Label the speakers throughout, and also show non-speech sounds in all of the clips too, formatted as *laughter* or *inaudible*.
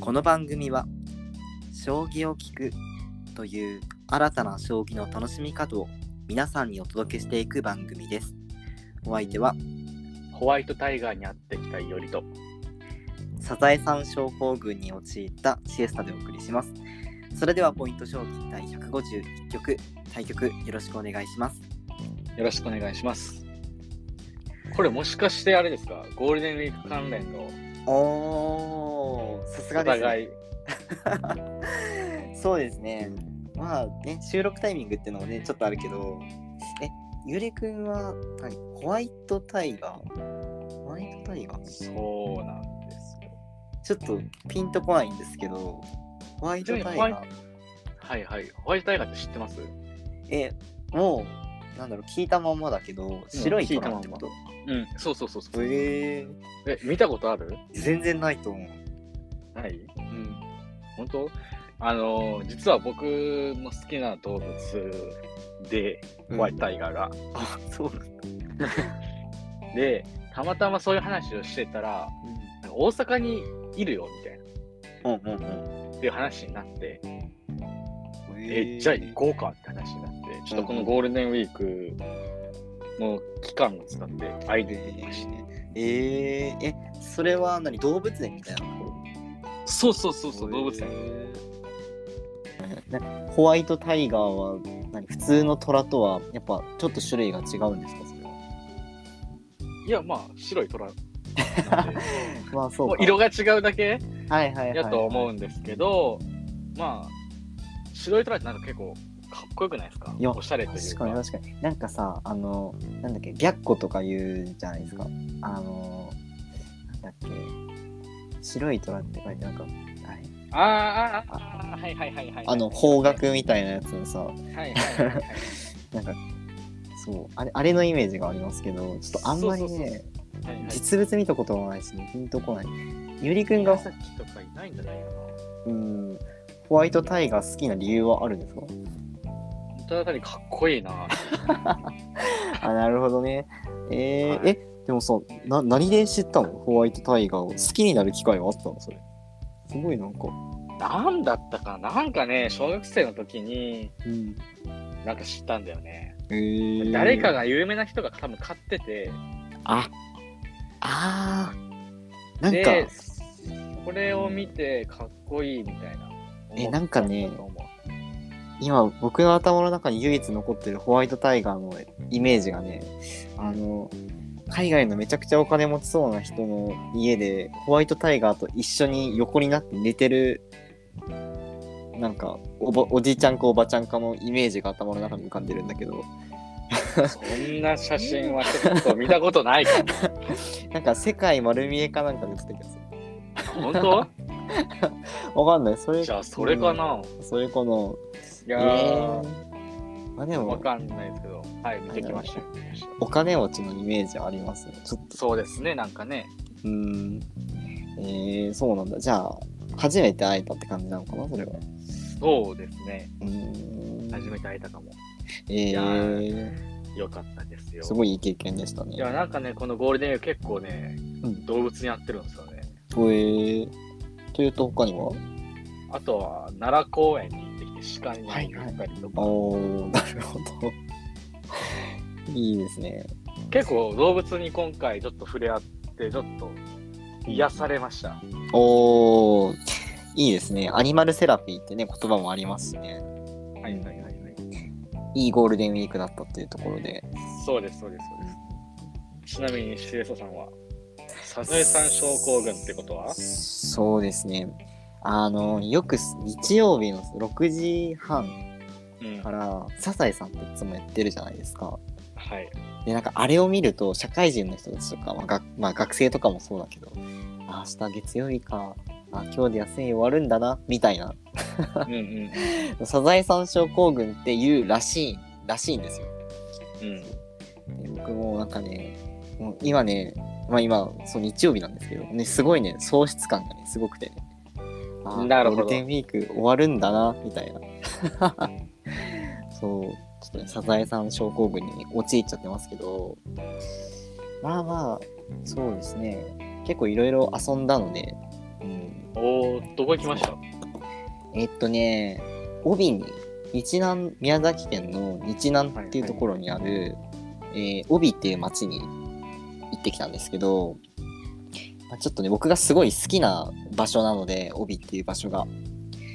Speaker 1: この番組は将棋を聞くという新たな将棋の楽しみ方を皆さんにお届けしていく番組ですお相手は
Speaker 2: ホワイトタイガーに会ってきたよりと
Speaker 1: サザエさん症候群に陥ったシエスタでお送りしますそれではポイント将棋第151局対局よろしくお願いします
Speaker 2: よろしくお願いします。これもしかしてあれですかゴールデンウィーク関連の
Speaker 1: おーさす
Speaker 2: お
Speaker 1: がですね
Speaker 2: 互い、
Speaker 1: そうですね。まあね、収録タイミングってのもね、ちょっとあるけど、え、ゆれくんは、何ホワイトタイガーホワイトタイガー
Speaker 2: そうなんですよ。
Speaker 1: ちょっとピンとこないんですけど、ホワイトタイ
Speaker 2: ちなみにホ
Speaker 1: ガ
Speaker 2: ワ
Speaker 1: ー
Speaker 2: はいはい。ホワイトタイガーって知ってます
Speaker 1: え、もう、なんだろう、聞いたまんまだけど、白い
Speaker 2: 聞い
Speaker 1: か
Speaker 2: た
Speaker 1: な
Speaker 2: まんま
Speaker 1: ってこと
Speaker 2: うん、そうそうそうそう。
Speaker 1: え
Speaker 2: え、見たことある
Speaker 1: ー、全然ないと思う。
Speaker 2: ない
Speaker 1: うん。
Speaker 2: 本当あのー、実は僕の好きな動物で、ホワイトタイガーが。
Speaker 1: あ、そうなんだ。
Speaker 2: で、たまたまそういう話をしてたら、なんか大阪にいるよ、みたいな。
Speaker 1: うんうんうん。
Speaker 2: っていう話になって、えじゃあ行こうかって話になって、ちょっとこのゴールデンウィークの期間を使って、アイデンティティして。
Speaker 1: えー、え、それは何動物園みたいなの
Speaker 2: そうそうそうそう、動物園。
Speaker 1: 園。なホワイトタイガーは何普通の虎とはやっぱちょっと種類が違うんですかそれは。
Speaker 2: いや、まあ、白い虎
Speaker 1: *laughs*
Speaker 2: なんで
Speaker 1: まあそ
Speaker 2: も
Speaker 1: う
Speaker 2: う
Speaker 1: か。
Speaker 2: 色が違うだけ
Speaker 1: はいはいはい、
Speaker 2: やと思うんんですけど、まあ、白い虎ってなんか結構かっこよくないですか
Speaker 1: いや
Speaker 2: おしゃれという
Speaker 1: 確
Speaker 2: か。
Speaker 1: かに確かに。なんかさあのなんだっけ白虎とか言うじゃないですか。あのなんだっけ白い虎って書いてなんか。はい
Speaker 2: あああああ、はいはいはいはい。
Speaker 1: あの方角みたいなやつのさ
Speaker 2: はいはいはいはい。
Speaker 1: なんかそうあれあれのイメージがありますけどちょっとあんまりね
Speaker 2: そうそうはいはい
Speaker 1: *laughs* 実物見たこともないし、ね、ピンとこない。ゆりくんが、
Speaker 2: 紫とかいないんじゃないか
Speaker 1: うん、ホワイトタイガー好きな理由はあるんですか
Speaker 2: な。ただ単にかっこいいな。
Speaker 1: あ、なるほどね。えー
Speaker 2: はい
Speaker 1: え、でもさ、な、何で知ったのホワイトタイガーを好きになる機会はあったのそれ。すごいなんか。
Speaker 2: なんだったかななんかね、小学生の時に
Speaker 1: うん。
Speaker 2: なんか知ったんだよね。
Speaker 1: えー
Speaker 2: 誰か。が有名な人が多分買ってて、
Speaker 1: あ、あー。なん
Speaker 2: で
Speaker 1: か、、
Speaker 2: これを見てかっこいいみたいな。
Speaker 1: えなんかね
Speaker 2: 思ったと思
Speaker 1: 今僕の頭の中に唯一残ってるホワイトタイガーのイメージがねあの海外のめちゃくちゃお金持ちそうな人の家でホワイトタイガーと一緒に横になって寝てるなんかおばおじいちゃんかおばちゃんかのイメージが頭の中に浮かんでるんだけど
Speaker 2: うそんな写真はちょっと見たことないかも。
Speaker 1: なんか世界丸見えかなんかで映ってきます
Speaker 2: 本
Speaker 1: *laughs*
Speaker 2: 当
Speaker 1: わかんないそれ
Speaker 2: じゃあそれかな。
Speaker 1: うんそれかない
Speaker 2: や
Speaker 1: え
Speaker 2: ー、
Speaker 1: ーあで
Speaker 2: わ
Speaker 1: も
Speaker 2: かんないですけど、はい、見てきましたよ。
Speaker 1: お金持ちのイメージありますねちょっと
Speaker 2: そうですね、なんかね。
Speaker 1: うーん。えー、そうなんだ。じゃあ、初めて会えたって感じなのかな、それは。
Speaker 2: そうですね、
Speaker 1: うーん。
Speaker 2: 初めて会えたかも。
Speaker 1: え
Speaker 2: や
Speaker 1: ー、
Speaker 2: よかったですよ。
Speaker 1: すごいいい経験でしたね。
Speaker 2: いや、なんかね、このゴールデンウィーク結構ね、
Speaker 1: うん
Speaker 2: 動物にやってるんですよね。
Speaker 1: えー、というと、他には
Speaker 2: あとは、奈良公園に行ってきて、鹿に会いに行ったりとか、
Speaker 1: あー、なるほど。いいですね。
Speaker 2: 結構動物に今回ちょっと触れ合って、ちょっと癒されました。
Speaker 1: おー、いいですね。アニマルセラピーってね、言葉もありますしね。
Speaker 2: はいはいはいはい。
Speaker 1: いいゴールデンウィークだったっていうところで。
Speaker 2: そうです、そうです、そうです。ちなみに、シエソさんは、サザエさん症候群ってことは
Speaker 1: そうですね。あの、よく日曜日の6時半
Speaker 2: うん。
Speaker 1: か
Speaker 2: はい。
Speaker 1: ら「サザエさん」っていつもやってるじゃないですか。でなんかあれを見ると社会人の人たちとか、まあがまあ、学生とかもそうだけどあ明日月曜日かあ今日で休み終わるんだなみたいな
Speaker 2: うんう
Speaker 1: 「
Speaker 2: ん
Speaker 1: サザエさん症候群」っていうらしいらしいんですよ。
Speaker 2: うん。
Speaker 1: で僕もなんかねもう今ね、まあ、今そう日曜日なんですけど、ね、すごいね喪失感がねすごくてねあー
Speaker 2: なるほど
Speaker 1: ゴールデンウィーク終わるんだなみたいな *laughs* そうちょっとねサザエさん症候群に陥っちゃってますけどまあまあそうですね結構いろいろ遊んだので、うん、
Speaker 2: おー、どこ行きました
Speaker 1: えっとね、帯に、日南、宮崎県の日南っていうところにある、えー帯っていう町に行ってきたんですけど、まあ、ちょっとね、僕がすごい好きな場所なので、帯っていう場所が。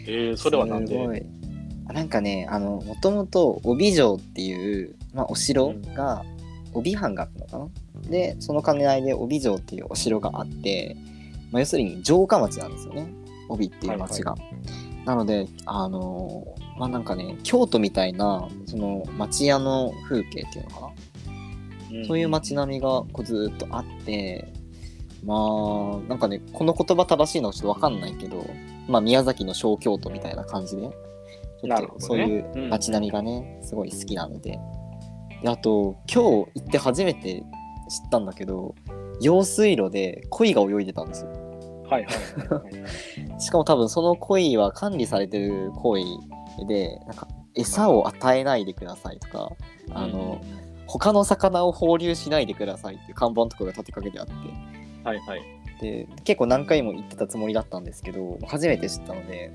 Speaker 2: えー、それはなん
Speaker 1: す
Speaker 2: で
Speaker 1: ごいあなんかね、あの、もともと帯城っていう、まあ、お城が、帯藩があったのかなで、その兼ね合いで帯城っていうお城があって、まあ、要するに城下町なんですよね。帯っていう町が。なので、あのーまあなんかね、京都みたいな、その町屋の風景っていうのかなそういう街並みがこうずーっとあって、まあ、なんかね、この言葉正しいのはちょっとわかんないけど、まあ、宮崎の小京都みたいな感じで、ちょ
Speaker 2: な
Speaker 1: っ
Speaker 2: るほ
Speaker 1: と
Speaker 2: どね
Speaker 1: そういう街並みがね、すごい好きなので。であと、今日行って初めて知ったんだけど、用水路で鯉が泳いでたんですよ。
Speaker 2: はいはいはいはい。
Speaker 1: しかも多分その鯉は管理されてる鯉で、なんか餌を与えないでくださいとか、あの、他の魚を放流しないでくださいっていう看板とかが立てかけてあって
Speaker 2: うん、はいはい。
Speaker 1: で結構何回も行ってたつもりだったんですけど初めて知ったので、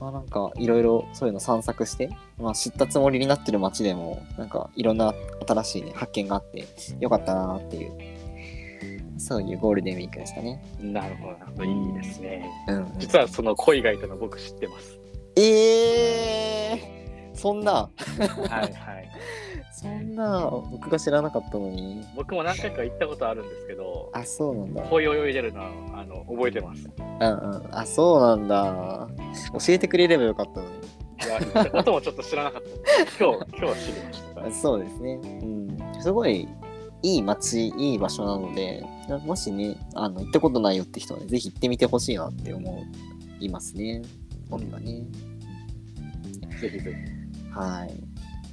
Speaker 1: まあ、なんかいろいろそういうの散策して、まあ、知ったつもりになってる街でもなんかいろんな新しい、ね、発見があってよかったなっていうそういうゴールデンウィークでしたね。
Speaker 2: なるほどなるほど、いいですね。
Speaker 1: うんうん、
Speaker 2: 実はその恋がいたの僕知ってます。
Speaker 1: えー、そんな
Speaker 2: はいはい。
Speaker 1: そんな僕が知らなかったのに
Speaker 2: 僕も何回か行ったことあるんですけど、
Speaker 1: あそうなんだ。
Speaker 2: 恋泳いでるのはあの覚えてます。
Speaker 1: うんうん、あそうなんだ教えてくれればよかったのに
Speaker 2: いや、行ったこともちょっと知らな
Speaker 1: *laughs*
Speaker 2: かった。今日、今日知りました。
Speaker 1: あそうですね、うん、すごいいい街いい場所なのでもしねあの行ったことないよって人はねぜひ行ってみてほしいなって思いますね帯はね
Speaker 2: ぜひぜ
Speaker 1: はい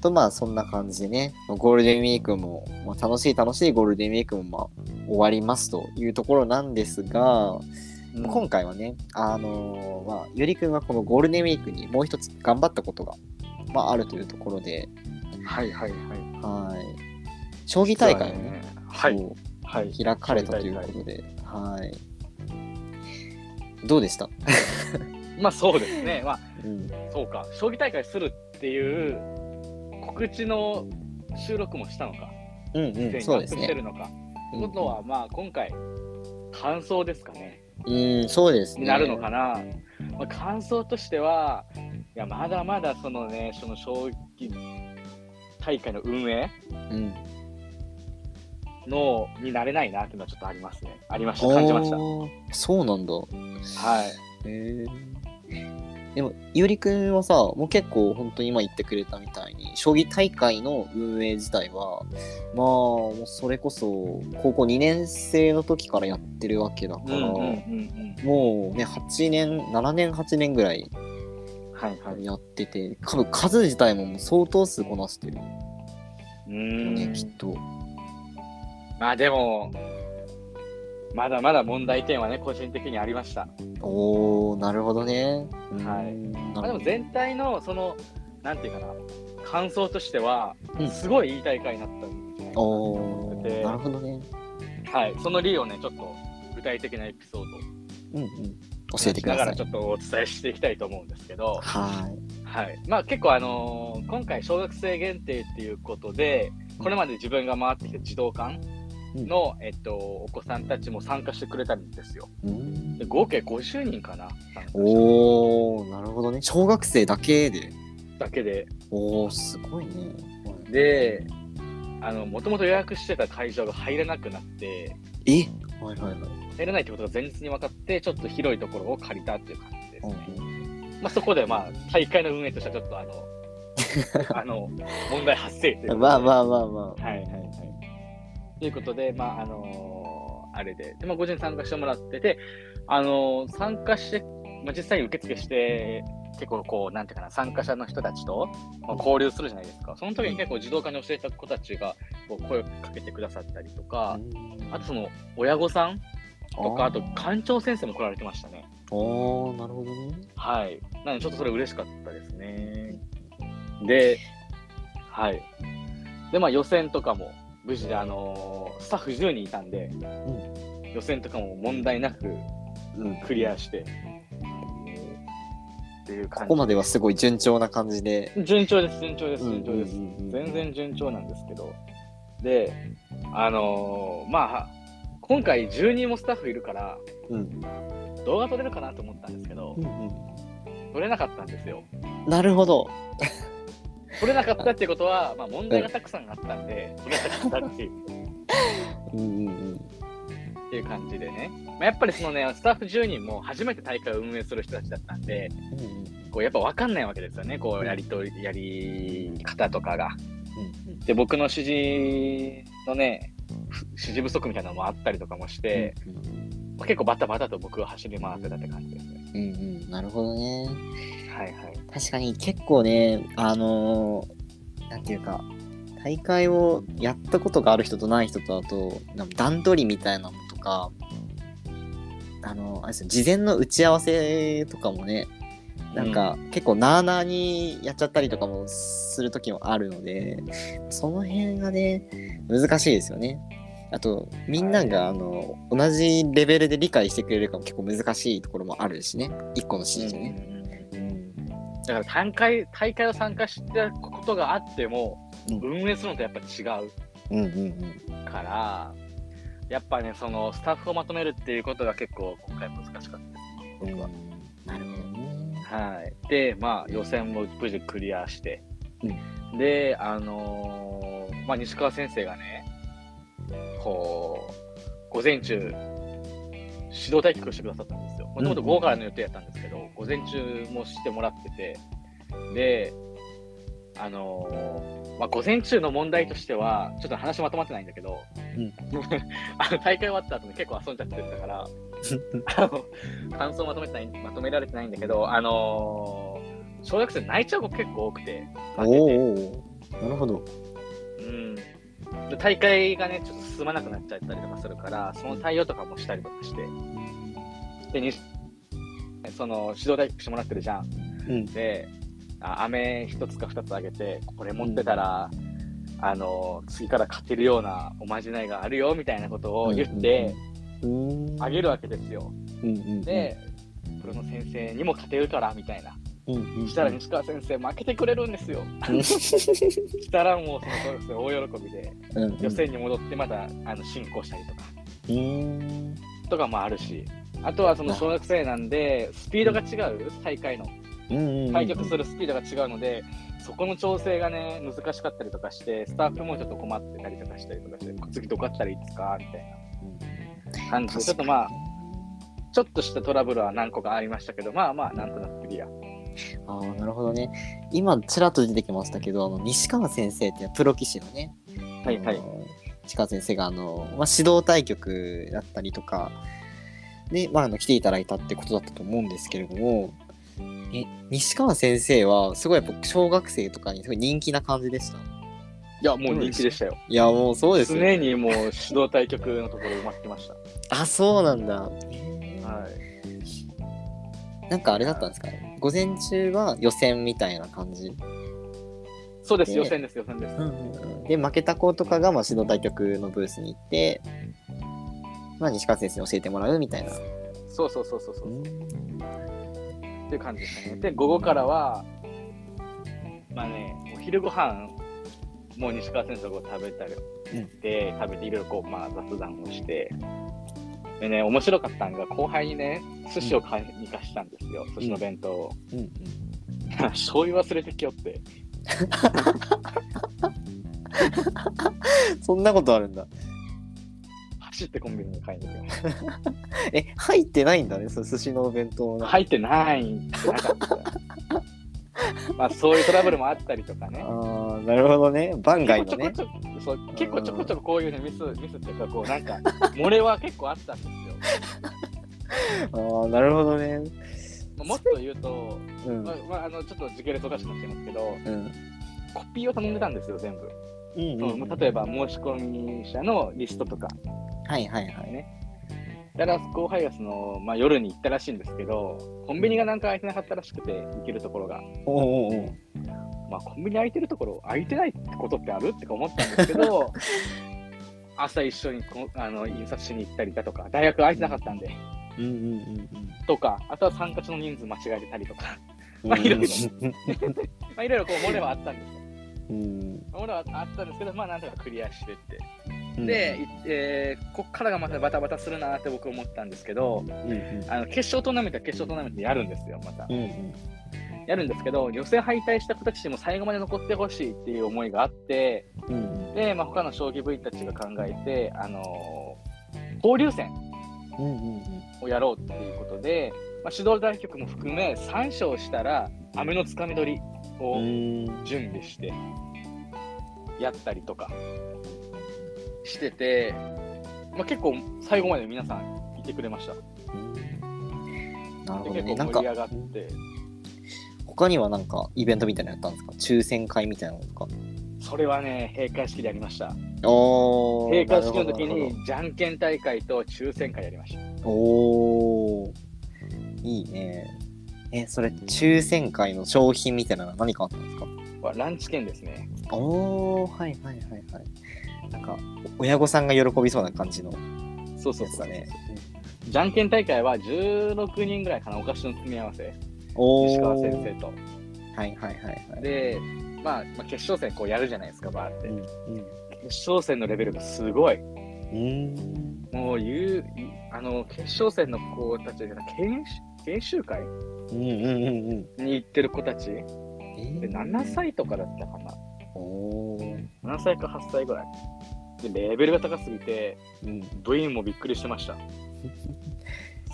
Speaker 1: とまあそんな感じでねゴールデンウィークも、まあ、楽しい楽しいゴールデンウィークも、まあ、終わりますというところなんですが、
Speaker 2: ひ。
Speaker 1: 今回はね、あのーまあ、ゆりくんがこのゴールデンウィークにもう一つ頑張ったことが、まあ、あるというところで、
Speaker 2: はいはいはい。
Speaker 1: はい。将棋大会をね、。
Speaker 2: はい。
Speaker 1: こ
Speaker 2: はい。
Speaker 1: う開かれたということで、はい。どうでした、
Speaker 2: まあそうですね。まあ
Speaker 1: うん、
Speaker 2: そうか。将棋大会するっていう告知の収録もしたのか。
Speaker 1: うん
Speaker 2: す
Speaker 1: う
Speaker 2: で
Speaker 1: ん、
Speaker 2: に
Speaker 1: そ
Speaker 2: ア
Speaker 1: う
Speaker 2: ッ
Speaker 1: で
Speaker 2: プ
Speaker 1: す
Speaker 2: して
Speaker 1: ね。
Speaker 2: るのか。ってことは、まあ今回、感想ですかね。
Speaker 1: うん、そうですね。
Speaker 2: になるのかな。まあ、感想としては、いや、まだまだそのね、その将棋大会の運営
Speaker 1: うん。
Speaker 2: のになれないなっていうのはちょっとありますね。ありました、感じました。
Speaker 1: おーそうなんだ。
Speaker 2: はい。
Speaker 1: へえ。でも、ゆりくんはさ、もう結構本当に今言ってくれたみたいに、将棋大会の運営自体は、まあ、もうそれこそ、高校2年生の時からやってるわけだか
Speaker 2: う
Speaker 1: ら、
Speaker 2: んうんうん
Speaker 1: もうね、8年、7年、8年ぐらい
Speaker 2: うん。はいはい。
Speaker 1: やってて、多分数自体ももう相当数こなしてるよ
Speaker 2: う
Speaker 1: ね、
Speaker 2: ん
Speaker 1: きっと。
Speaker 2: まあでも、まだまだ問題点はね、個人的にありました。
Speaker 1: おー、なるほどね。
Speaker 2: はい
Speaker 1: い
Speaker 2: まあ、でも全体の、その、なんていうかな、感想としては
Speaker 1: うん、
Speaker 2: すごいいい大会になったんじゃないかなと
Speaker 1: お
Speaker 2: 思って
Speaker 1: ー、
Speaker 2: て
Speaker 1: なるほどね。
Speaker 2: はい、その理由をね、ちょっと具体的なエピソードを
Speaker 1: うんうん。教えてくだ
Speaker 2: し
Speaker 1: さ
Speaker 2: ながら
Speaker 1: い
Speaker 2: ち。ょっとお伝えしていきたいと思うんですけど、
Speaker 1: はい。
Speaker 2: はいまあ、結構、あのー今回小学生限定っていうことでこれまで自分が回ってきた児童館の、えっと、お子さんたちも参加してくれたんですよ
Speaker 1: うん
Speaker 2: で合計50人かな参加し
Speaker 1: おー、なるほどね。小学生だけで。
Speaker 2: ただけで
Speaker 1: おー、すごいね。
Speaker 2: でもともと予約してた会場が入れなくなって
Speaker 1: えはいはいはい。
Speaker 2: 入れないってことが前日に分かってちょっと広いところを借りたっていう感じです
Speaker 1: う
Speaker 2: ね、
Speaker 1: ん
Speaker 2: まあ、そこで、まあ、大会の運営としてはちょっとあ
Speaker 1: *laughs*
Speaker 2: のあの問題発生とい
Speaker 1: う
Speaker 2: うこと
Speaker 1: ん
Speaker 2: で
Speaker 1: まあまあまあまあ。
Speaker 2: はいはいはい。ということで、まあ、あのーあれで、でまあ、ご人参加してもらってて、あのー参加して、まあ、実際に受付して、結構こう、なんていうかな、参加者の人たちと、まあ、交流するじゃないですか。その時に結構、児童科に教えた子たちが、こう、声をかけてくださったりとか、あとその、親御さんとか、あと、館長先生も来られてましたね。
Speaker 1: おー、なるほどね。
Speaker 2: はい。なので、ちょっとそれ嬉しかったですね。で、はい。で、まあ予選とかも、無事で、あのースタッフ10人いたんで、
Speaker 1: ん
Speaker 2: 予選とかも問題なく
Speaker 1: うん、
Speaker 2: クリアして。っていう感
Speaker 1: こ
Speaker 2: じ。
Speaker 1: こまではすごい順調な感じで。
Speaker 2: 順調です、順調です、順調です。
Speaker 1: うんうんうん
Speaker 2: 全然順調なんですけど。で、あのーまあ、今回10人もスタッフいるから、
Speaker 1: うん
Speaker 2: 動画撮れるかなと思ったんですけど
Speaker 1: う、ん
Speaker 2: 撮れなかったんですよ。
Speaker 1: うんなるほど。
Speaker 2: 撮れなかったってことは、まあ問題がたくさんあったんで、撮れなかったっていう
Speaker 1: うんうん
Speaker 2: っていう感じでね。まあ、やっぱりそのね、スタッフ10人も初めて大会を運営する人たちだったんで、
Speaker 1: うんうん
Speaker 2: こうやっぱ分かんないわけですよね、こうやりとりやり方とかが。で、僕の指示のね、ふ指示不足みたいなのもあったりとかもして、まあ結構バタバタと僕は走り回ってたって感じですね。
Speaker 1: うんうん、なるほどね。
Speaker 2: はいはい。
Speaker 1: 確かに結構ね、あのーなんていうか、大会をやったことがある人とない人とだと、なんか段取りみたいなのとか、あの、あれですよ事前の打ち合わせとかもね、なんか結構なあなあにやっちゃったりとかもする時もあるので、その辺がね、難しいですよね。あと、みんなが、あの、同じレベルで理解してくれるかも結構難しいところもあるしね、一個の指示でね。うん
Speaker 2: だから大会、大会を参加したことがあっても、
Speaker 1: うん
Speaker 2: 運営するのとやっぱ違う
Speaker 1: うんうんうん。
Speaker 2: から、やっぱね、そのスタッフをまとめるっていうことが結構今回難しかったです。僕は。
Speaker 1: なるほどね。
Speaker 2: はい、で、まあ、予選も無事クリアして、で、あのーまあ、西川先生がね、こう、午前中、指導対局をしてくださったんですよ。もともと午後からの予定やったんですけど、午前中もしてもらってて、で、あのーまあ、午前中の問題としては、ちょっと話まとまってないんだけど、
Speaker 1: うん
Speaker 2: あの大会終わった後に結構遊んじゃってた
Speaker 1: *laughs*
Speaker 2: から、あの感想まとめてないまとめられてないんだけど、あのー小学生泣いちゃう子結構多くて、
Speaker 1: お
Speaker 2: 負けて
Speaker 1: ーおーなるほど。
Speaker 2: うん、で大会がね、ちょっと進まなくなっちゃったりとかするから、その対応とかもしたりとかして、でにその指導大学してもらってるじゃん。
Speaker 1: うん。
Speaker 2: で、あ飴一つか二つあげて、これ持ってたら、あのー次から勝てるようなおまじないがあるよみたいなことを言ってあげ
Speaker 1: る。
Speaker 2: るわけですよ。
Speaker 1: うんうんうん、
Speaker 2: で、プロの先生にも勝てるからみたいな。
Speaker 1: うんうんうん、
Speaker 2: したら西川先生負けてくれるんですよ。 *laughs* したらもうその小学生大喜びで
Speaker 1: うんうん
Speaker 2: 予選に戻ってまたあの進行したりとか
Speaker 1: うん
Speaker 2: とかもあるしあとはその小学生なんでスピードが違う大会の
Speaker 1: うんうん。
Speaker 2: 対局するスピードが違うのでそこの調整がね難しかったりとかしてスタッフもちょっと困ってたりとかしたりとかして次どこやったらいいですかみたいな感じでちょっとまあちょっとしたトラブルは何個かありましたけどまあまあなんとなくクリア。
Speaker 1: ああ、なるほどね。今、ちらっと出てきましたけど、あの西川先生ってプロ棋士のね、
Speaker 2: はいはい
Speaker 1: あの西川先生があの、まあ、指導対局だったりとかで、まあ、あの来ていただいたってことだったと思うんですけれども、え西川先生は、すごいやっぱ小学生とかにすごい人気な感じでした。
Speaker 2: いやもう人気でしたよ。
Speaker 1: いや、もうそうですよね。
Speaker 2: 常にもう指導対局のところ埋まってました。
Speaker 1: あ、そうなんだ。
Speaker 2: はい
Speaker 1: なんかあれだったんですか午前中は予選みたいな感じ。
Speaker 2: そうです、
Speaker 1: ね
Speaker 2: 予選です、予選です。
Speaker 1: で負けた子とかがまあ指導対局のブースに行って、まあ、西川先生に教えてもらうみたいな。
Speaker 2: そうそうそうそうそう。っていう感じでしたね。で、午後からは、まあね、お昼ご飯もう西川先生とこう食べたりして、食べていろいろこう、まあ、雑談をして、でね、面白かったのが、後輩にね、寿司を買いに行かしたんですよ、寿司の弁当を。 *laughs*
Speaker 1: うんうん
Speaker 2: 醤油忘れてきよって。
Speaker 1: そんなことあるんだ。
Speaker 2: 走ってコンビニに買いに行きまし
Speaker 1: え、入ってないんだね、その寿司のお弁当
Speaker 2: た。
Speaker 1: の。
Speaker 2: 入ってないんじゃなかった。まあ、そういうトラブルもあったりとかね。
Speaker 1: ああ、なるほどね。番外のね。
Speaker 2: 結構ちょこちょこそう結構ちょこちょここういうねミスミスっていうかこうなんか漏れは結構あったんです
Speaker 1: *laughs*
Speaker 2: よ。
Speaker 1: ああ、なるほどね。
Speaker 2: まあもっと言うと、
Speaker 1: う
Speaker 2: まあ
Speaker 1: ん。
Speaker 2: まあ、あのちょっと時系列おかしくなっちゃいますけど、
Speaker 1: うん。
Speaker 2: コピーを頼んでたんですよ全部。
Speaker 1: うん
Speaker 2: そうまあ例えば申し込み者のリストとか。
Speaker 1: はいはいはい。
Speaker 2: だから後輩がその、まあ、夜に行ったらしいんですけどコンビニがなんか空いてなかったらしくて行けるところが、
Speaker 1: おおおう
Speaker 2: まあ、コンビニ空いてるところ空いてないってことってあるってか思ったんですけ
Speaker 1: *laughs*
Speaker 2: ど朝一緒にこあの印刷しに行ったりだとか大学空いてなかったんで。
Speaker 1: うんうんうん
Speaker 2: とか、あとは参加者の人数間違えてたりとか、 *laughs*
Speaker 1: うん。
Speaker 2: まあいろい
Speaker 1: う
Speaker 2: ろまあいろいろこう、漏れはあったんですよ。
Speaker 1: ん
Speaker 2: 漏れはあったんですけど、まあなんとかクリアしてって。
Speaker 1: うん。
Speaker 2: で、いえーこっからがまたバタバタするなって僕思ったんですけど、
Speaker 1: うんうん
Speaker 2: あの決勝トーナメントは決勝トーナメントでやるんですよ、また
Speaker 1: う。んうん。
Speaker 2: やるんですけど、予選敗退した子たちにも最後まで残ってほしいっていう思いがあって、
Speaker 1: うん
Speaker 2: で、まあ、他の将棋部員たちが考えて、あのー交流戦
Speaker 1: うんうん
Speaker 2: をやろうっていうことで、まあ、指導対局も含め3勝したら飴のつかみ取り
Speaker 1: う
Speaker 2: を
Speaker 1: ん。うん
Speaker 2: 準備してやったりとかしてて、まあ、結構最後まで皆さんいてくれました。
Speaker 1: なるほ
Speaker 2: で
Speaker 1: どね。
Speaker 2: 結
Speaker 1: な
Speaker 2: 構
Speaker 1: んか
Speaker 2: 盛り上がって。
Speaker 1: 他にはなんかイベントみたいなのやったんですか抽選会みたいなのとか。
Speaker 2: それはね、閉会式でやりました。
Speaker 1: おー。
Speaker 2: 閉会式の時
Speaker 1: なるほどなる
Speaker 2: に、じゃんけん大会と抽選会やりました。
Speaker 1: ほどおー。いいね。え、それ抽選会の商品みたいなのは何かあったんですか
Speaker 2: はランチ券ですね。
Speaker 1: おー、はいはいはいはい。なんか、親御さんが喜びそうな感じの
Speaker 2: そうそう
Speaker 1: やつ
Speaker 2: そう
Speaker 1: だね。
Speaker 2: じゃんけん大会は16人ぐらいかな、お菓子の組み合わせ、
Speaker 1: おー。
Speaker 2: 石川先生と。
Speaker 1: はいはいはいはい。
Speaker 2: で、まあ、まあ、決勝戦こうやるじゃないですか、バーって
Speaker 1: う。ん、うん。
Speaker 2: 決勝戦のレベルがすごい。
Speaker 1: うーん。
Speaker 2: もう言う、いあの、決勝戦の子たちが研修研修会
Speaker 1: うんうんうんうん。
Speaker 2: に行ってる子たち、で
Speaker 1: え
Speaker 2: 7歳とかだったか
Speaker 1: おー。
Speaker 2: な、7歳か8歳ぐらい。で、レベルが高すぎて、
Speaker 1: うん。
Speaker 2: 部員もびっくりしてま *laughs* した。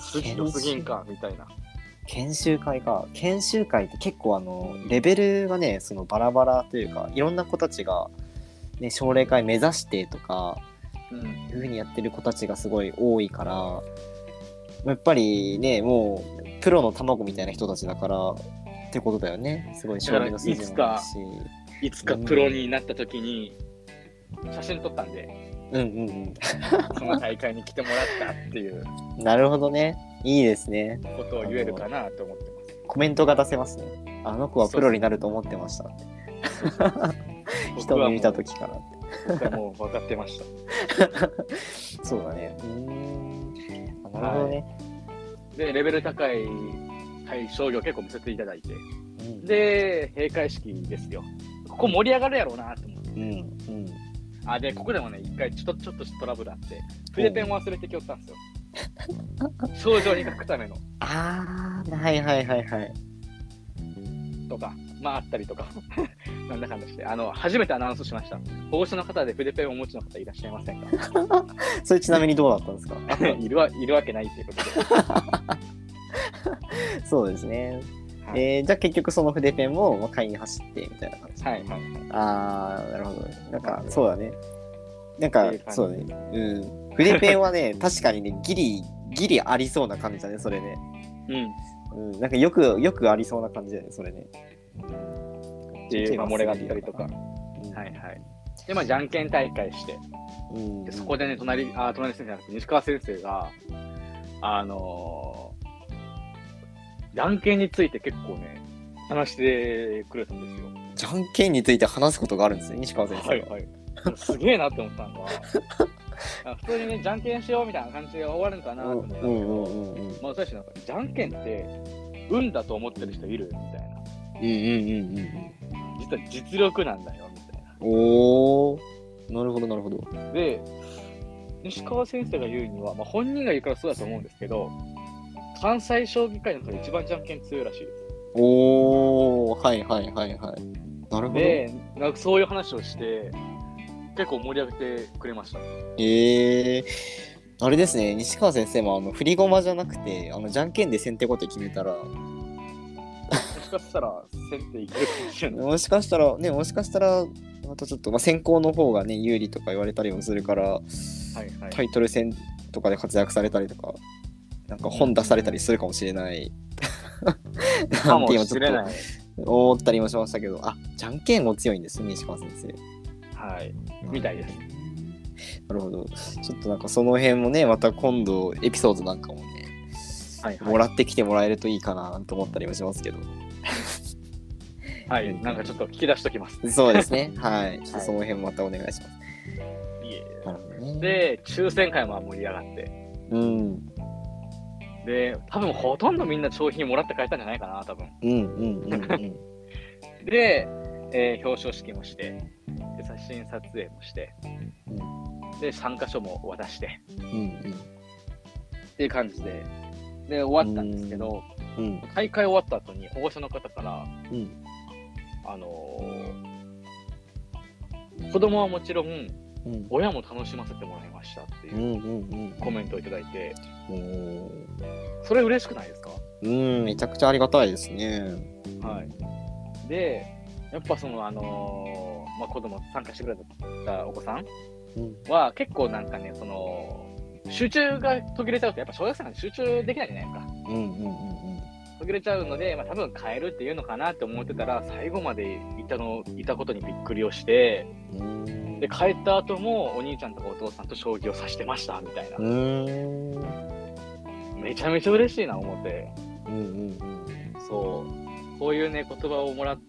Speaker 2: す
Speaker 1: 研修
Speaker 2: 良すぎんか、みたいな。
Speaker 1: 研修会か研修会って結構あのレベルがねそのバラバラというかいろんな子たちが、ね、奨励会目指してとか
Speaker 2: うん、
Speaker 1: いうふうにやってる子たちがすごい多いからやっぱりねもうプロの卵みたいな人たちだからってことだよねすごい奨励の数字もあるし
Speaker 2: いつかプロになった時に、写真撮ったんで、
Speaker 1: うんうん
Speaker 2: その大会に来てもらったっていう
Speaker 1: うん *laughs* なるほどねいいですね
Speaker 2: ことを言えるかなと思って
Speaker 1: コメントが出せますねあの子はプロになると思ってましたって
Speaker 2: ます。
Speaker 1: 人目見た
Speaker 2: き
Speaker 1: 時から
Speaker 2: もう分かってました。
Speaker 1: そうだねうーんあなるほどね、
Speaker 2: で、レベル高い、はい、商業結構見せていただいて、
Speaker 1: うん
Speaker 2: で、閉会式ですよ。ここ盛り上がるやろうなと思って。
Speaker 1: うんうん
Speaker 2: あ、で、ここでもね、一回ちょっとちょっとトラブルあって、筆ペン忘れてきよったんですよ。
Speaker 1: *laughs*
Speaker 2: 症状に書くための
Speaker 1: ああ、はいはいはいはい。
Speaker 2: とか、まああったりとか、 *laughs* なんだかんだして、あの、初めてアナウンスしました。保護者の方で筆ペンをお持ちの方いらっしゃいませんか
Speaker 1: それちなみにどうだったんですか
Speaker 2: いるわいるわけないっていうことで。
Speaker 1: そうですね。
Speaker 2: はい
Speaker 1: えーじゃあ結局その筆ペンをまあ買いに走ってみたいな感じ。
Speaker 2: はいはいはい。
Speaker 1: ああ、なるほどね。なんか
Speaker 2: は、い
Speaker 1: そうだね。なんか
Speaker 2: っていう感、じ
Speaker 1: そうだね。うん。筆ペンは
Speaker 2: *laughs*
Speaker 1: ね、確かにね、ギリ、ギリありそうな感じだね、それね。
Speaker 2: うん。
Speaker 1: うん。なんかよく、よくありそうな感じだね、それね。
Speaker 2: っていう守れがあったりとか。は
Speaker 1: うん。
Speaker 2: いはい。で、まあ、じゃんけん大会して、
Speaker 1: うん
Speaker 2: でそこでね、隣、あ、隣先生じゃなくて、西川先生が、あのー、じゃんけんについて結構ね、話してくれたんですよ。
Speaker 1: じゃんけんについて話すことがあるんですね、西川先生が。
Speaker 2: はいはい。すげえなって思ったのが、あ普通にね、じゃんけんしようみたいな感じで終わるのかな
Speaker 1: うん
Speaker 2: と思ったんですけ
Speaker 1: う
Speaker 2: ど、
Speaker 1: んうんうんうん。
Speaker 2: まあ、最初なんか、じゃんけんって、運だと思ってる人いるみたいな。
Speaker 1: うんうんうんうん。
Speaker 2: 実は実力なんだよ、みたいな。
Speaker 1: おお。なるほどなるほど。
Speaker 2: で西川先生が言うには、まあ、本人が言うからそうだと思うんですけど関西将棋界の中で一番じゃんけん強いらしいで
Speaker 1: おおはいはいはいはい。なる
Speaker 2: す
Speaker 1: ほど。え
Speaker 2: でなんかそういう話をして結構盛り上げてくれました
Speaker 1: えー。あれですね、西川先生もあの振り駒じゃなくて、あのじゃんけんで先手後手決めたら、
Speaker 2: もしかしたら先手いけるかもしれない
Speaker 1: もしかしたら、ね、もしかしたら、またちょっと、まあ、先行の方がね、有利とか言われたりもするから、
Speaker 2: はいはい、
Speaker 1: タイトル戦とかで活躍されたりとか、なんか本出されたりするかもしれない。なんて今ちょっ
Speaker 2: かもしれない
Speaker 1: と思ったりもしましたけど、あじゃんけんも強いんですね、西川先生。
Speaker 2: はいみたいです
Speaker 1: なるほど。ちょっとなんかその辺もね、また今度エピソードなんかもね、
Speaker 2: はいはい
Speaker 1: もらってきてもらえるといいかなと思ったりもしますけど。
Speaker 2: はいなんかちょっと聞き出しときます
Speaker 1: そうですね。はい。ちょっとその辺もまたお願いします。
Speaker 2: いえいえ
Speaker 1: なるほどね、
Speaker 2: で抽選会も盛り上がって
Speaker 1: うん。
Speaker 2: で、多分ほとんどみんな商品もらって帰ったんじゃないかな、多分。
Speaker 1: うんうんうんうん。
Speaker 2: で、えー表彰式もして、で写真撮影もして、で、参加書も渡して、
Speaker 1: うん
Speaker 2: っていう感じで、で、終わったんですけど、
Speaker 1: うん。うん
Speaker 2: 大会終わった後に保護者の方から、
Speaker 1: うん。
Speaker 2: あのー子供はもちろん、
Speaker 1: うん
Speaker 2: 親も楽しませてもらいましたって
Speaker 1: うん
Speaker 2: いう
Speaker 1: うん
Speaker 2: コメントをいただいて、
Speaker 1: うん。
Speaker 2: それ嬉しくないですか
Speaker 1: うん、めちゃくちゃありがたいですね。
Speaker 2: はい。で、やっぱその、あのーまあ、子供参加してくれたお子さん
Speaker 1: うん
Speaker 2: は、結構なんかね、その、集中が途切れちゃうと、やっぱ小学生なんで集中できないじゃないですか。
Speaker 1: うんうんうん
Speaker 2: 途切れちゃうので、まあ、多分変えるっていうのかなって思ってたら、最後までいたの、いたことにびっくりをして、
Speaker 1: うん。うん
Speaker 2: で、帰った後も、お兄ちゃんとかお父さんと将棋を指してました、みたいな
Speaker 1: う。ん
Speaker 2: めちゃめちゃ嬉しいな、思って。
Speaker 1: うんうん
Speaker 2: そう、こういうね、言葉をもらっ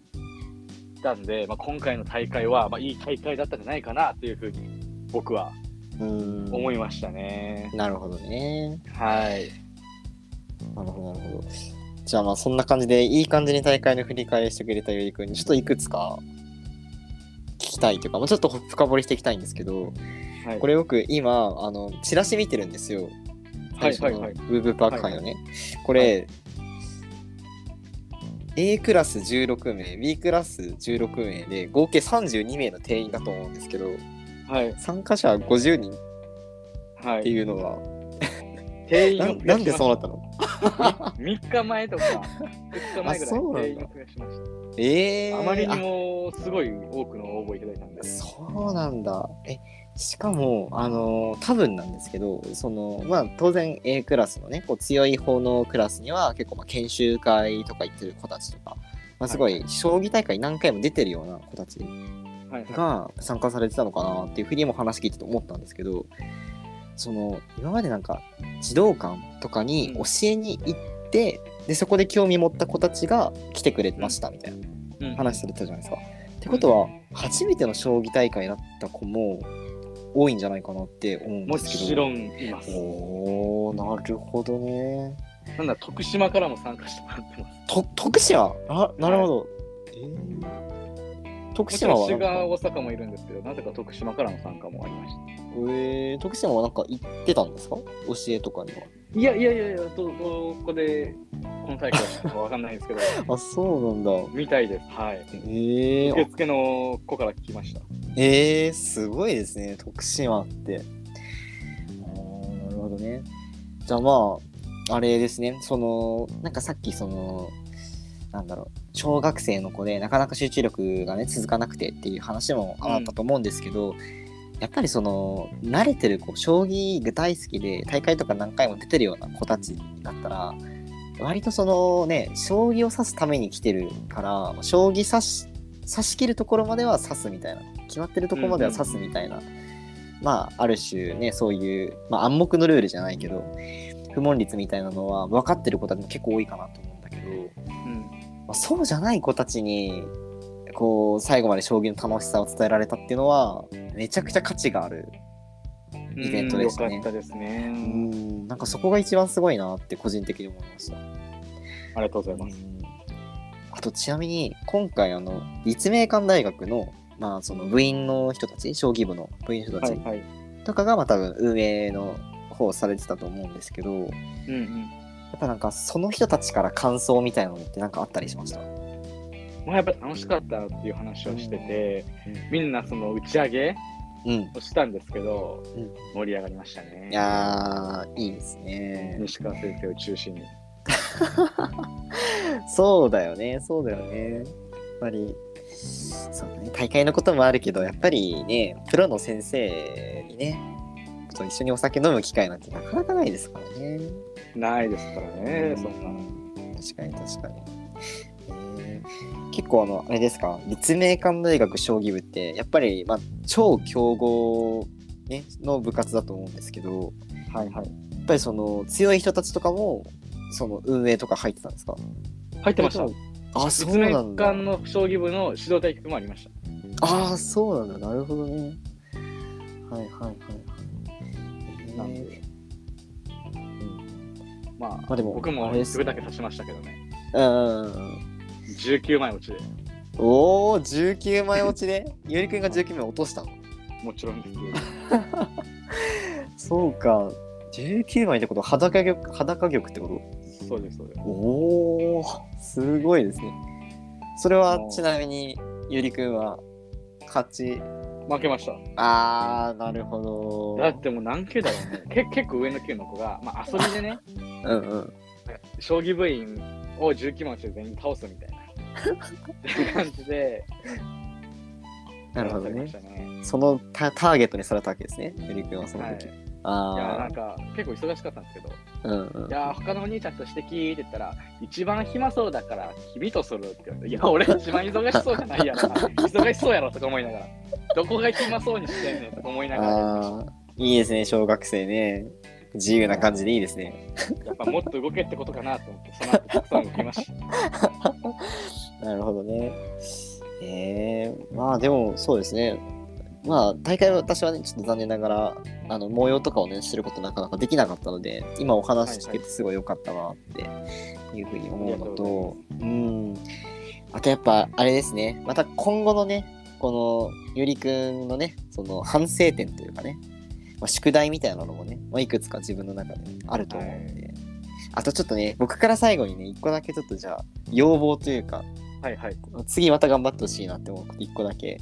Speaker 2: たんで、まあ、今回の大会は、まあ、いい大会だったんじゃないかなというふうに、僕は
Speaker 1: うん。うん。
Speaker 2: 思いましたね。
Speaker 1: なるほどね。
Speaker 2: はい。
Speaker 1: なるほどなるほど。じゃあまあそんな感じでいい感じに大会の振り返りしてくれたゆりくんにちょっといくつか聞きたいというか、まあ、ちょっと深掘りしていきたいんですけど、
Speaker 2: はい、
Speaker 1: これ僕今あのチラシ見てるんですよ。
Speaker 2: はい
Speaker 1: 最
Speaker 2: は
Speaker 1: 初の
Speaker 2: いはい。
Speaker 1: ウーブパーカーよね。これ、A クラス16名、B クラス16名で、合計32名の定員だと思うんですけど、
Speaker 2: はい。
Speaker 1: 参加者50人っ
Speaker 2: は
Speaker 1: て
Speaker 2: い。
Speaker 1: いうのは、
Speaker 2: 定員
Speaker 1: な
Speaker 2: を
Speaker 1: ん
Speaker 2: 増
Speaker 1: な
Speaker 2: や
Speaker 1: ん
Speaker 2: し
Speaker 1: で
Speaker 2: まし
Speaker 1: そうなったの
Speaker 2: た。3日前
Speaker 1: *laughs*
Speaker 2: とか、2日前ぐ
Speaker 1: あそうなんだ
Speaker 2: らい定員を増やしまし
Speaker 1: えー、
Speaker 2: た。あまりに
Speaker 1: あ
Speaker 2: もすごい多くの応募いただいたんで。
Speaker 1: そうなんだ。えしかも、あの多分なんですけど、その、まあ、当然 A クラスのね、こう強い方のクラスには、結構、まあ、研修会とか行ってる子たちとか、まあ、すごい、将棋大会何回も出てるような子たち
Speaker 2: はいはい。
Speaker 1: が参加されてたのかなっていうふうにも話聞いてて思ったんですけどその今までなんか児童館とかに教えに行って、でそこで興味持った子たちが来てくれましたみたいな
Speaker 2: うん
Speaker 1: 話されてたじゃないですか。ってことは初めての将棋大会だった子も多いんじゃないかなって思うんで
Speaker 2: も
Speaker 1: すけど。
Speaker 2: ちろんいます。
Speaker 1: おーなるほどね。
Speaker 2: なんだ、徳島からも参加してもらってます。
Speaker 1: と徳島あなるほど。えー徳
Speaker 2: もち
Speaker 1: 島
Speaker 2: ろん
Speaker 1: は
Speaker 2: 滋
Speaker 1: なんか
Speaker 2: 賀、大阪もいるんですけど、なぜか徳島からの参加もありました。
Speaker 1: えー、徳島はなんか行ってたんですか教えとかに
Speaker 2: いやいやいやいや、ど、どこで、この大会なのかわかんないです
Speaker 1: *laughs*
Speaker 2: けど、
Speaker 1: は。あ、そうなんだ。
Speaker 2: みたいです。はい。
Speaker 1: え
Speaker 2: 受
Speaker 1: ー、
Speaker 2: 付の子から聞きました。
Speaker 1: えー、すごいですね、徳島って。あーなるほどね。じゃあまあ、あれですね、その、なんかさっきその、なんだろう、小学生の子でなかなか集中力がね、続かなくてっていう話もあったと思うんですけど、やっぱりその慣れてる子将棋が大好きで大会とか何回も出てるような子たちだったら割とそのね将棋を指すために来てるから将棋指し指し切るところまでは指すみたいな決まってるところまでは指すみたいな、まあある種ねそういう、まあ、暗黙のルールじゃないけど不問率みたいなのは分かってる子たちも結構多いかなと思うんだけど。
Speaker 2: うん。
Speaker 1: まあそうじゃない子たちにこう最後まで将棋の楽しさを伝えられたっていうのはめちゃくちゃ価値があるイベントでしたね
Speaker 2: うんよかったですね、
Speaker 1: うんなんかそこが一番すごいなって個人的に思いました
Speaker 2: ありがとうございます。
Speaker 1: あとちなみに今回あの立命館大学の,、まあその部員の人たち将棋部の部員の人た
Speaker 2: は
Speaker 1: ち
Speaker 2: いはい。
Speaker 1: とかがまあ多分運営の方をされてたと思うんですけどや
Speaker 2: うんうん。
Speaker 1: っぱなんかその人たちから感想みたいなのってなんかあったりしました
Speaker 2: まあやっぱ楽しかったっていう話をしてて、
Speaker 1: うん
Speaker 2: みんなその打ち上げ
Speaker 1: うん
Speaker 2: をしたんですけど、
Speaker 1: うん
Speaker 2: 盛り上がりましたね。
Speaker 1: いやーいいですね
Speaker 2: 西川先生を中心に。
Speaker 1: そうだよね、そうだよね。やっぱり、そうだね、大会のこともあるけど、やっぱりね、プロの先生にね、と一緒にお酒飲む機会なんてなかなかないですからね。
Speaker 2: ないですからね、そんなの。
Speaker 1: んな。確かに確かに。えー結構あの、あれですか、立命館大学将棋部って、やっぱり、まあ、超強豪、ね、の部活だと思うんですけど、
Speaker 2: はいはい。
Speaker 1: やっぱりその強い人たちとかも、その運営とか入ってたんですか
Speaker 2: 入ってました。
Speaker 1: あ、そう
Speaker 2: 立
Speaker 1: な
Speaker 2: 命
Speaker 1: んだ。
Speaker 2: 館の将棋部の指導対局もありました。
Speaker 1: ああそうなんだなるほどねはいはいはいはい、えー
Speaker 2: なんで
Speaker 1: うん
Speaker 2: ま
Speaker 1: まあ
Speaker 2: あ、
Speaker 1: でも
Speaker 2: 僕
Speaker 1: あ
Speaker 2: も
Speaker 1: れです
Speaker 2: すぐだけ刺しましたけどね。
Speaker 1: うんうんうん。
Speaker 2: 19枚落ちで。
Speaker 1: おお、19枚落ちでゆりくんが19枚落としたの
Speaker 2: もちろんです。
Speaker 1: そうか。19枚ってことは裸玉、裸玉ってこ
Speaker 2: *laughs* そうです、そうです
Speaker 1: と。おお、すごいですね。それはちなみにゆりくんは勝ち。
Speaker 2: 負けました。
Speaker 1: あー、なるほ
Speaker 2: だ
Speaker 1: ど
Speaker 2: っ。てもう何級だろ *laughs* うね。け結構上の級の子が、まあ、遊びでね、
Speaker 1: うんうん。
Speaker 2: 将棋部員を19枚落ちで全員倒すみたいな。って *laughs* いう感じで、
Speaker 1: なるほど
Speaker 2: やら
Speaker 1: ね
Speaker 2: さ。れましたね。
Speaker 1: そのタターゲットにされたわけですね。ゆりくんはその
Speaker 2: はい。
Speaker 1: 時。
Speaker 2: いや、な
Speaker 1: あ
Speaker 2: んか、結構忙しかったんですけど、
Speaker 1: ー、うんうん
Speaker 2: い。やー、他のお兄ちゃんと指摘って言ったら、一番暇そうだから、君とするって言われて、いや、俺一番忙しそうじゃないやろな、忙しそうやろとか思いながら、どこが暇そうにしてんねんとか思いながら、
Speaker 1: あー、いいですね、小学生ね。自由な感じでいいですね。
Speaker 2: やっぱもっと動けってことかなと思って、その後たくさん動きました。
Speaker 1: なるほどね。えー、まあでもそうですね。まあ大会は私はね、ちょっと残念ながら、あの模様とかをね、知ることなかなかできなかったので、今お話聞けてすごい良かったなっていうふうに思うのと、うん。あとやっぱあれですね、また今後のね、このゆりくんのね、その反省点というかね、まあ、宿題みたいなのもね、まあ、いくつか自分の中であると思うんで、あとちょっとね、僕から最後にね、一個だけちょっとじゃあ、要望というか、
Speaker 2: *laughs* はいはい。
Speaker 1: 次また頑張ってほしいなって思うこと一個だけ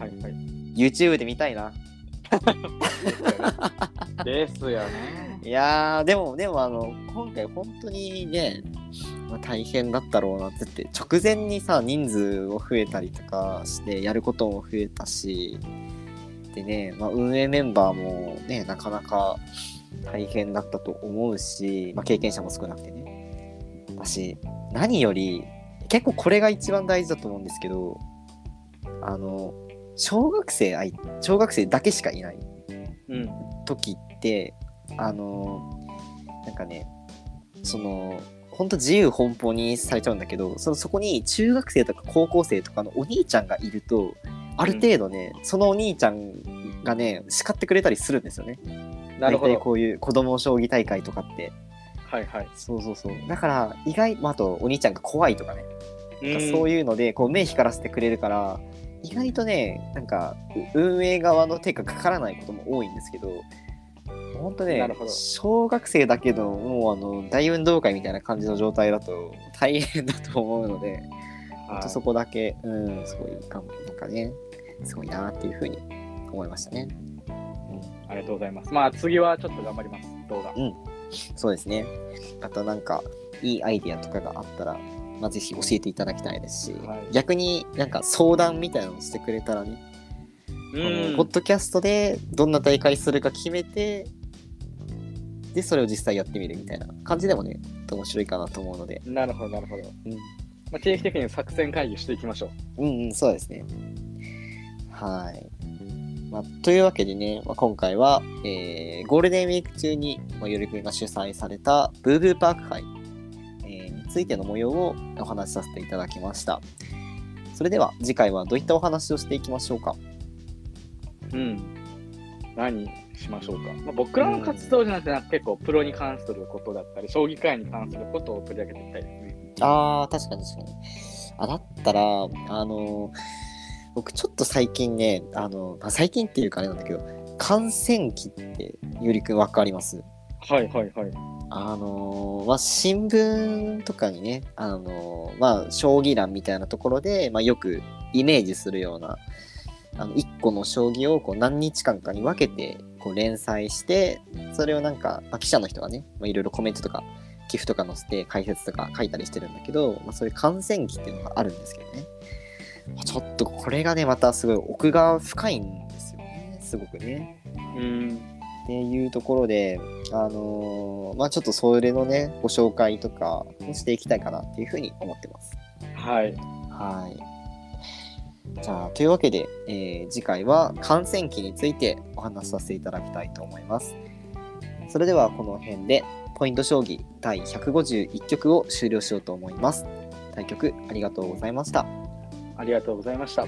Speaker 2: はいはい。
Speaker 1: YouTube で見たいな
Speaker 2: *laughs* ですよね。
Speaker 1: いやーでもでもあの今回本当にね、まあ、大変だったろうなってって直前にさ人数を増えたりとかしてやることも増えたしでね、まあ、運営メンバーもねなかなか大変だったと思うし、まあ、経験者も少なくてね私何より結構これが一番大事だと思うんですけどあの小学生あい小学生だけしかいない
Speaker 2: うん。
Speaker 1: 時ってあのなんかねそのほんと自由奔放にされちゃうんだけどそのそこに中学生とか高校生とかのお兄ちゃんがいるとある程度ね、そのお兄ちゃんがね叱ってくれたりするんですよね。
Speaker 2: なるほ
Speaker 1: 大体
Speaker 2: ど。
Speaker 1: こういう子供将棋大会とかって
Speaker 2: はいはい。
Speaker 1: そうそうそうだから意外、まあ、あとお兄ちゃんが怖いとかねそ
Speaker 2: いうう
Speaker 1: いうのでこう目光らせてくれるから意外とねなんかう運営側の手がかからないことも多いんですけど本当ね
Speaker 2: なるほど
Speaker 1: 小学生だけどもうあの大運動会みたいな感じの状態だと大変だと思うので
Speaker 2: ん、
Speaker 1: 本当そこだけうんすごいかもなんかねすごいなっていうふうに思いましたね
Speaker 2: ありがとうございます。まあ次はちょっと頑張ります、動画。
Speaker 1: そうですねまたなんかいいアイディアとかがあったらまあ、ぜひ教えていただきたいですし、
Speaker 2: はい
Speaker 1: 逆になんか相談みたいなのをしてくれたらね
Speaker 2: う
Speaker 1: あの
Speaker 2: ん
Speaker 1: ポッ。ドキャストでどんな大会するか決めてでそれを実際やってみるみたいな感じでもね面白いかなと思うので、
Speaker 2: なるほど、なるほど。
Speaker 1: うん、
Speaker 2: まあ、定期的に作戦会議していきましょう。
Speaker 1: うんうんそうですねはい、まあ、というわけでね、まあ、今回は、えーゴールデンウィーク中に、まあ、よりくんが主催されたブーブーパーク杯、えーについての模様をお話しさせていただきましたそれでは次回はどういったお話をしていきましょうか
Speaker 2: うん。何しましょうか。まあ、僕らの活動じゃなくて、なんか結構プロに関することだったり、将棋界に関することを取り上げていきたいですね。
Speaker 1: ああ、確かに確かに。あ、だったら、あのー僕ちょっと最近ね、あのあ最近っていうかあれなんだけど、感染期って、ゆりくんわかります
Speaker 2: はいはいはい。
Speaker 1: あのーまあ、新聞とかにね、あのーまあ、将棋欄みたいなところで、まあ、よくイメージするような、あの、一個の将棋をこう何日間かに分けて、こう連載して、それをなんか、まあ、記者の人がね、まあ、いろいろコメントとか、寄付とか載せて解説とか書いたりしてるんだけど、まあ、そういう感染期っていうのがあるんですけどね。まあちょっとこれがね、またすごい奥が深いんですよね、すごくね。
Speaker 2: うん。
Speaker 1: っていうところで、あのーまあちょっとそれのね、ご紹介とかもしていきたいかなっていうふうに思ってます。
Speaker 2: はい。
Speaker 1: はい。じゃあ、というわけで、えー次回は感染期についてお話しさせていただきたいと思います。それではこの辺で、ポイント将棋第151局を終了しようと思います。対局ありがとうございました。
Speaker 2: ありがとうございました。